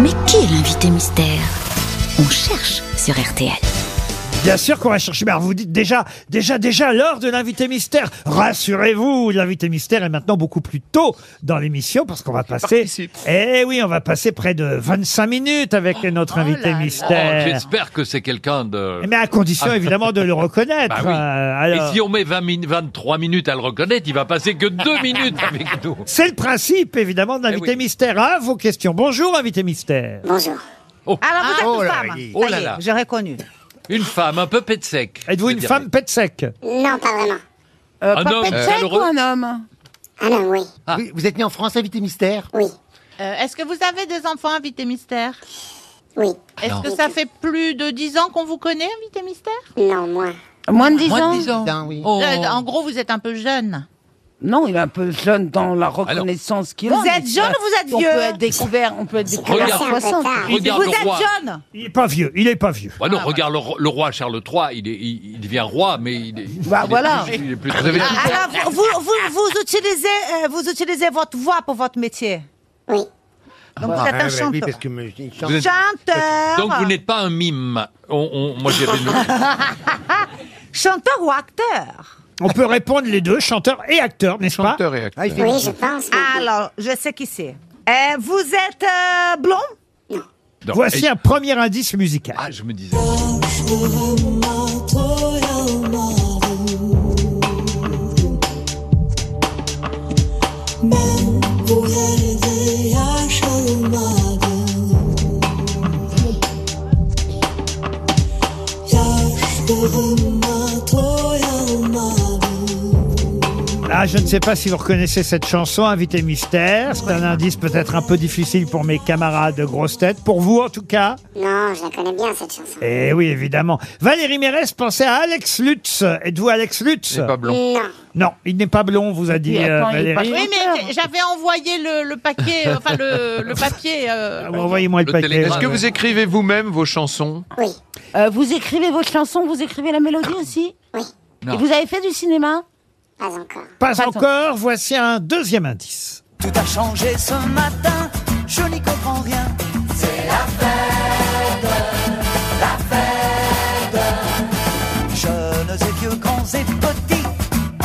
Mais qui est l'invité mystère On cherche sur RTL. Bien sûr qu'on va chercher. Mais alors vous dites déjà, déjà, déjà l'heure de l'invité mystère. Rassurez-vous, l'invité mystère est maintenant beaucoup plus tôt dans l'émission parce qu'on va passer. participe. Eh oui, on va passer près de 25 minutes avec notre invité Oh, mystère. J'espère que c'est quelqu'un de. Mais à condition évidemment de le reconnaître. Bah oui. Euh, alors- Et si on met 20 min- 23 minutes à le reconnaître, il va passer que 2 minutes avec nous. C'est le principe évidemment de l'invité Eh oui. mystère. À vos questions. Bonjour invité mystère. Bonjour. Alors vous êtes Oh une là femme. là, il- Oh Ça y là est, là. J'ai reconnu. Une femme un peu pète sec. Êtes-vous je une dirais. femme pète sec Non, pas vraiment. Euh, Un pas homme, peut-être euh, sec malheureux. ou un homme Ah non, oui, Oui, vous êtes né en France, invité mystère oui, Euh, Est-ce que vous avez des enfants, invité mystère oui. Est-ce que ça fait plus de 10 ans qu'on vous connaît, invité mystère Non, moi. Moins de 10 Moins ans de 10 ans. Putain, oui. Oh. Euh, En gros, vous êtes un peu jeune. Non, il est un peu jeune dans la reconnaissance qu'il a. Vous êtes mais jeune ça- ou vous êtes On vieux peut être découvert, on peut être découvert Regarde. à 60. Regarde vous le êtes roi. jeune Il est pas vieux. Il est pas vieux. Bah non, Ah, regarde le, ro- le roi Charles III, il, est, il, il devient roi, mais il est. Bah, il est voilà. plus- il est plus très Ah, Alors, vous, vous, vous, vous utilisez, euh, vous utilisez votre voix pour votre métier. Oui, Donc, vous êtes Ah, un ouais, chanteur. oui, parce que me- il chante. Vous êtes- Chanteur, Donc vous n'êtes pas un mime. On, on- moi, je dirais Ah. le- chanteur ou acteur On peut répondre les deux, chanteur et acteur, n'est-ce pas Ah, il fait- oui, je pense. maintenant. Alors, je sais qui c'est. Euh, vous êtes euh, blond Non, Voici et- un premier indice musical. Ah, je me disais. Ah, je ne sais pas si vous reconnaissez cette chanson, Invité Mystère. C'est un indice peut-être un peu difficile pour mes camarades de grosses têtes. Pour vous, en tout cas. Non, je la connais bien, cette chanson. Eh oui, évidemment. Valérie Mérès pensait à Alex Lutz. Êtes-vous Alex Lutz Non, Non, il n'est pas blond, vous a dit Oui, euh, attends, il est Valérie. pas- Oui, mais j'avais envoyé le, le paquet, euh, enfin le, le papier. euh, Ah, bon, Envoyez-moi le, Le paquet. télégramme. Est-ce que vous écrivez vous-même vos chansons oui, Euh, vous écrivez vos chansons, vous écrivez la mélodie aussi Oui. Ah. Non. Et vous avez fait du cinéma pas encore. Pas Pas encore, voici un deuxième indice. Tout a changé ce matin, je n'y comprends rien. C'est la fête, la fête. Jeunes et vieux, grands et petits,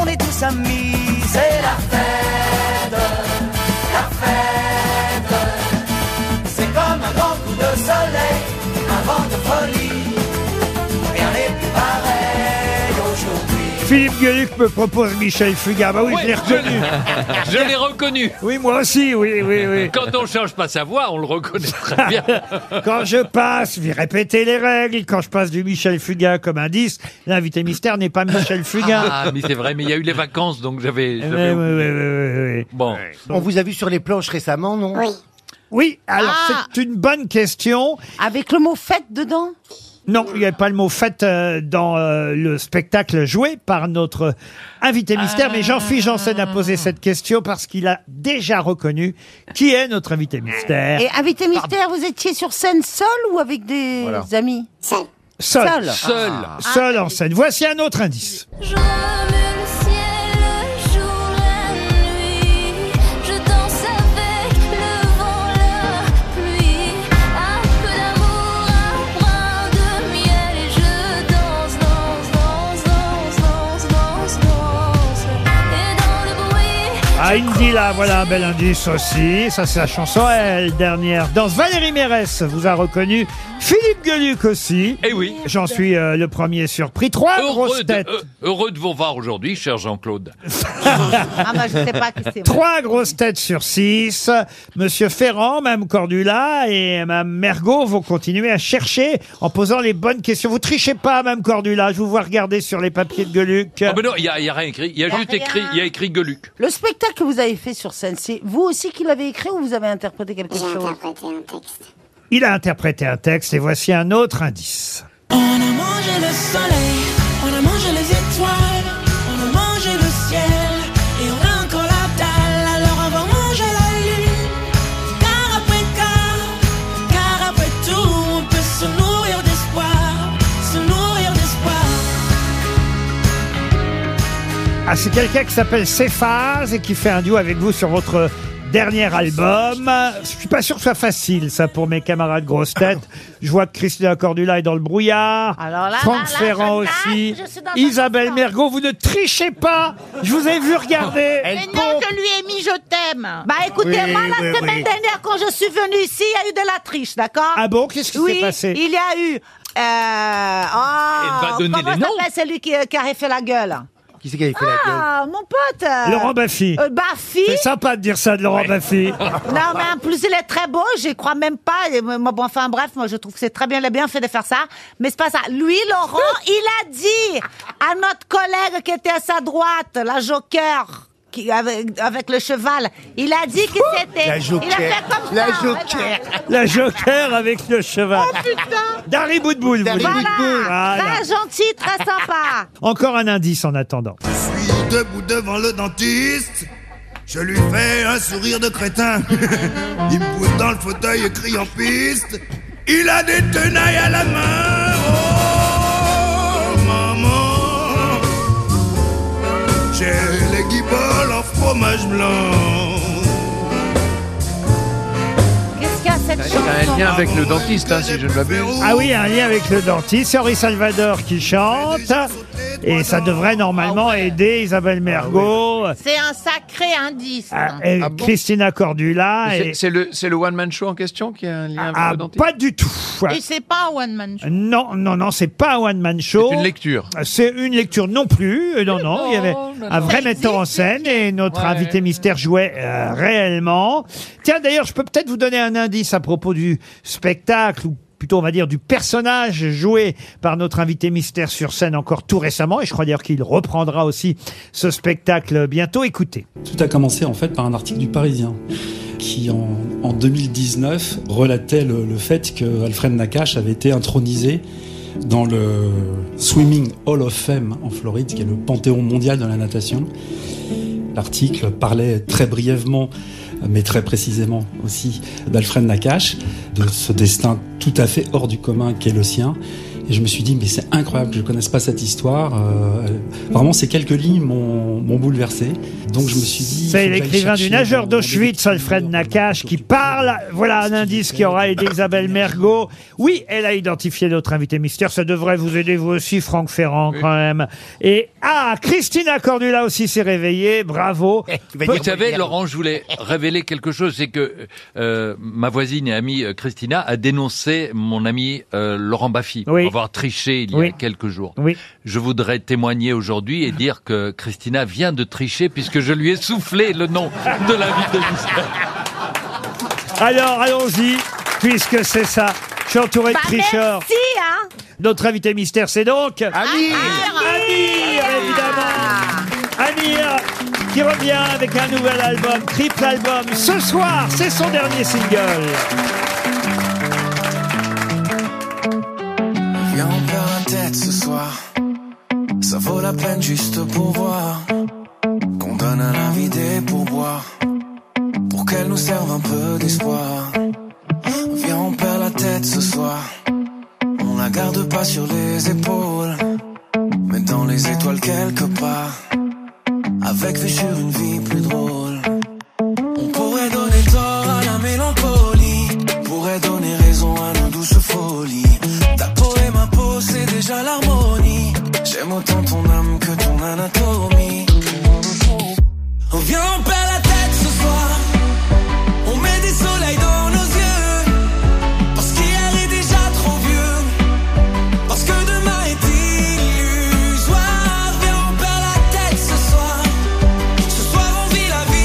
on est tous amis. C'est la fête, la fête. C'est comme un grand coup de soleil, un vent de folie. Rien n'est plus pareil aujourd'hui. Philippe Gueluc me propose Michel Fugain. Bah oui, Ouais, je l'ai reconnu. Je l'ai reconnu. Oui, moi aussi, oui, oui, oui. Quand on change pas sa voix, on le reconnaît très bien. Quand je passe, vais répéter les règles. Quand je passe du Michel Fugain comme indice, l'invité mystère n'est pas Michel Fugain. Ah, mais c'est vrai, mais il y a eu les vacances, donc j'avais. Eh j'avais oui, oui, oublié. oui, oui, oui. Bon. On vous a vu sur les planches récemment, non Oui, Oui, alors Ah. c'est une bonne question. Avec le mot fête dedans Non, il n'y avait pas le mot fête euh, dans euh, le spectacle joué par notre invité mystère, mais Jean-Philippe Janssen a posé cette question parce qu'il a déjà reconnu qui est notre invité mystère. Et invité mystère, vous étiez sur scène seul ou avec des amis seul. Seul, Seul. Seul. seul en scène. Voici un autre indice. J'aime le ciel, le jour, la nuit. Je danse avec le vent, la pluie. Un peu d'amour, un brin de miel. Et je danse, danse, danse, danse, danse, danse, danse. Et dans le bruit. Ah, Indila, voilà un bel indice aussi. Ça, c'est la chanson, elle, dernière. Danse Valérie Mérès vous a reconnu. Philippe Gueluc aussi. Eh oui. J'en suis euh, le premier surpris. Trois Heureux grosses de, têtes. euh, heureux de vous voir aujourd'hui, cher Jean-Claude. Ah, bah, je sais pas qui c'est. Trois grosses têtes sur six. Monsieur Ferrand, Mme Cordula et Mme Mergot vont continuer à chercher en posant les bonnes questions. Vous trichez pas, Mme Cordula. Je vous vois regarder sur les papiers de Gueluc. Ah ben non, il n'y a, il y a rien écrit. Il y a Y a juste rien. écrit, il y a écrit Gueluc. Le spectacle que vous avez fait sur scène, c'est vous aussi qui l'avez écrit ou vous avez interprété quelque J'ai chose interprété un texte. Il a interprété un texte et voici un autre indice. On a mangé le soleil, on a mangé les étoiles, on a mangé le ciel, et on a encore la dalle. Alors avant manger la lune, car après car, car après tout, on peut se nourrir d'espoir, se nourrir d'espoir. Ah, c'est quelqu'un qui s'appelle Céphase et qui fait un duo avec vous sur votre dernier album. Je suis pas sûr que ce soit facile, ça, pour mes camarades grosses têtes. Je vois que Christina Cordula est dans le brouillard. Alors là, Franck là, là, Ferrand je aussi. nage, je suis dans un Isabelle instant. Mergot, vous ne trichez pas. Je vous ai vu regarder. Oh, Elle pompe. lui ai mis je t'aime. Bah écoutez, Oui, moi la oui, semaine oui. dernière quand je suis venue ici, il y a eu de la triche, d'accord Ah bon, qu'est-ce qui Oui, s'est passé il y a eu. Euh, oh, va donner comment les noms. s'appelle celui qui, euh, qui a fait la gueule Qui c'est qui avait fait la gueule Ah, mon pote. euh, Laurent Baffy. euh, Baffy. C'est sympa de dire ça de Laurent Baffy. Non, mais en plus, il est très beau, j'y crois même pas. Et euh, moi, bon, enfin, bref, moi, je trouve que c'est très bien, il a bien fait de faire ça. Mais c'est pas ça. Lui, Laurent, il a dit à notre collègue qui était à sa droite, la joker, qui, avec, avec le cheval, il a dit que c'était. La Il a joker. fait comme La ça, Ah, bah. joker. La joker avec le cheval. Oh, Putain. Dari Boudboul, vous Dari dites. Voilà. Voilà. Très gentil, très sympa. Encore un indice en attendant. suis debout devant le dentiste. Je lui fais un sourire de crétin. Il me pousse dans le fauteuil et crie en piste. Il a des tenailles à la main. Oh, maman. J'ai les guiboles en fromage blanc. Qu'est-ce qu'il y a cette Il y a un chanson lien avec le dentiste, hein, si je ne m'abuse. Ah oui, un lien avec le dentiste. C'est Henri Salvador qui chante. Et ça Ah. devrait normalement aider Isabelle Mergot, C'est un sacré indice. euh, et Ah bon Christina Cordula. C'est- et- C'est le, c'est le one-man show en question qui a un lien avec Ah, le dentiste pas du tout. c'est pas un one-man Non, non, non, c'est pas un one-man show. C'est une lecture. C'est une lecture non plus. Euh, Non, non, il y avait un vrai metteur en scène et notre invité mystère jouait euh, réellement. Tiens, d'ailleurs, je peux peut-être vous donner un indice à propos du spectacle ou plutôt on va dire du personnage joué par notre invité mystère sur scène encore tout récemment et je crois d'ailleurs qu'il reprendra aussi ce spectacle bientôt. Écoutez. Tout a commencé en fait par un article du Parisien qui en, en 2019 relatait le, le fait que Alfred Nakache avait été intronisé dans le Swimming Hall of Fame en Floride, qui est le panthéon mondial de la natation. L'article parlait très brièvement, mais très précisément aussi, d'Alfred Nakache, de ce destin tout à fait hors du commun qu'est le sien. Et je me suis dit, mais c'est incroyable que je ne connaisse pas cette histoire. Euh, vraiment, ces quelques lignes m'ont m'ont bouleversé. Donc je me suis dit. C'est l'écrivain du nageur d'Auschwitz, Alfred Nakache, qui parle. Voilà un indice qui aura aidé Isabelle Mergot. Oui, elle a identifié notre invité mystère. Ça devrait vous aider, vous aussi, Franck Ferrand, quand même. Et, ah, Christina Cordula aussi s'est réveillée. Bravo. Eh, Tu vas Peu- dire Vous savez, Molière. Laurent, je voulais révéler quelque chose, c'est que euh, ma voisine et amie euh, Christina a dénoncé mon ami euh, Laurent Baffy pour Oui. avoir triché il y Oui. a quelques jours. Oui. Je voudrais témoigner aujourd'hui et dire que Christina vient de tricher puisque je lui ai soufflé le nom de l'invité mystère. Alors, allons-y, puisque c'est ça. Je suis entouré de Bah, tricheurs. merci, hein. Notre invité mystère, c'est donc... Ami Ah, Amir, évidemment. Amir, qui revient avec un nouvel album, triple album. Ce soir, c'est son dernier single. Viens, on perd la tête ce soir. Ça vaut la peine juste pour voir. Qu'on donne à la vie des pourboires. Pour qu'elle nous serve un peu d'espoir. Viens, on perd la tête ce soir. On la garde pas sur les épaules. Mais dans les étoiles quelque part. Avec vue sur une vie plus drôle. On pourrait donner tort à la mélancolie, pourrait donner raison à nos douces folies. Ta peau et ma peau, c'est déjà l'harmonie. J'aime autant ton âme que ton anatomie. On vient, on perd la tête ce soir. On met des soleils dans nos yeux. Parce qu'hier est déjà trop vieux. Parce que demain est illusoire. Viens, on perd la tête ce soir. Ce soir, on vit la vie.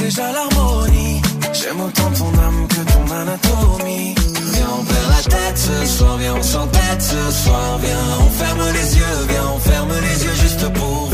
déjà l'harmonie. J'aime autant ton âme que ton anatomie. Viens, on perd la tête ce soir, viens, on s'entête ce soir, viens, on ferme les yeux, viens, on ferme les yeux juste pour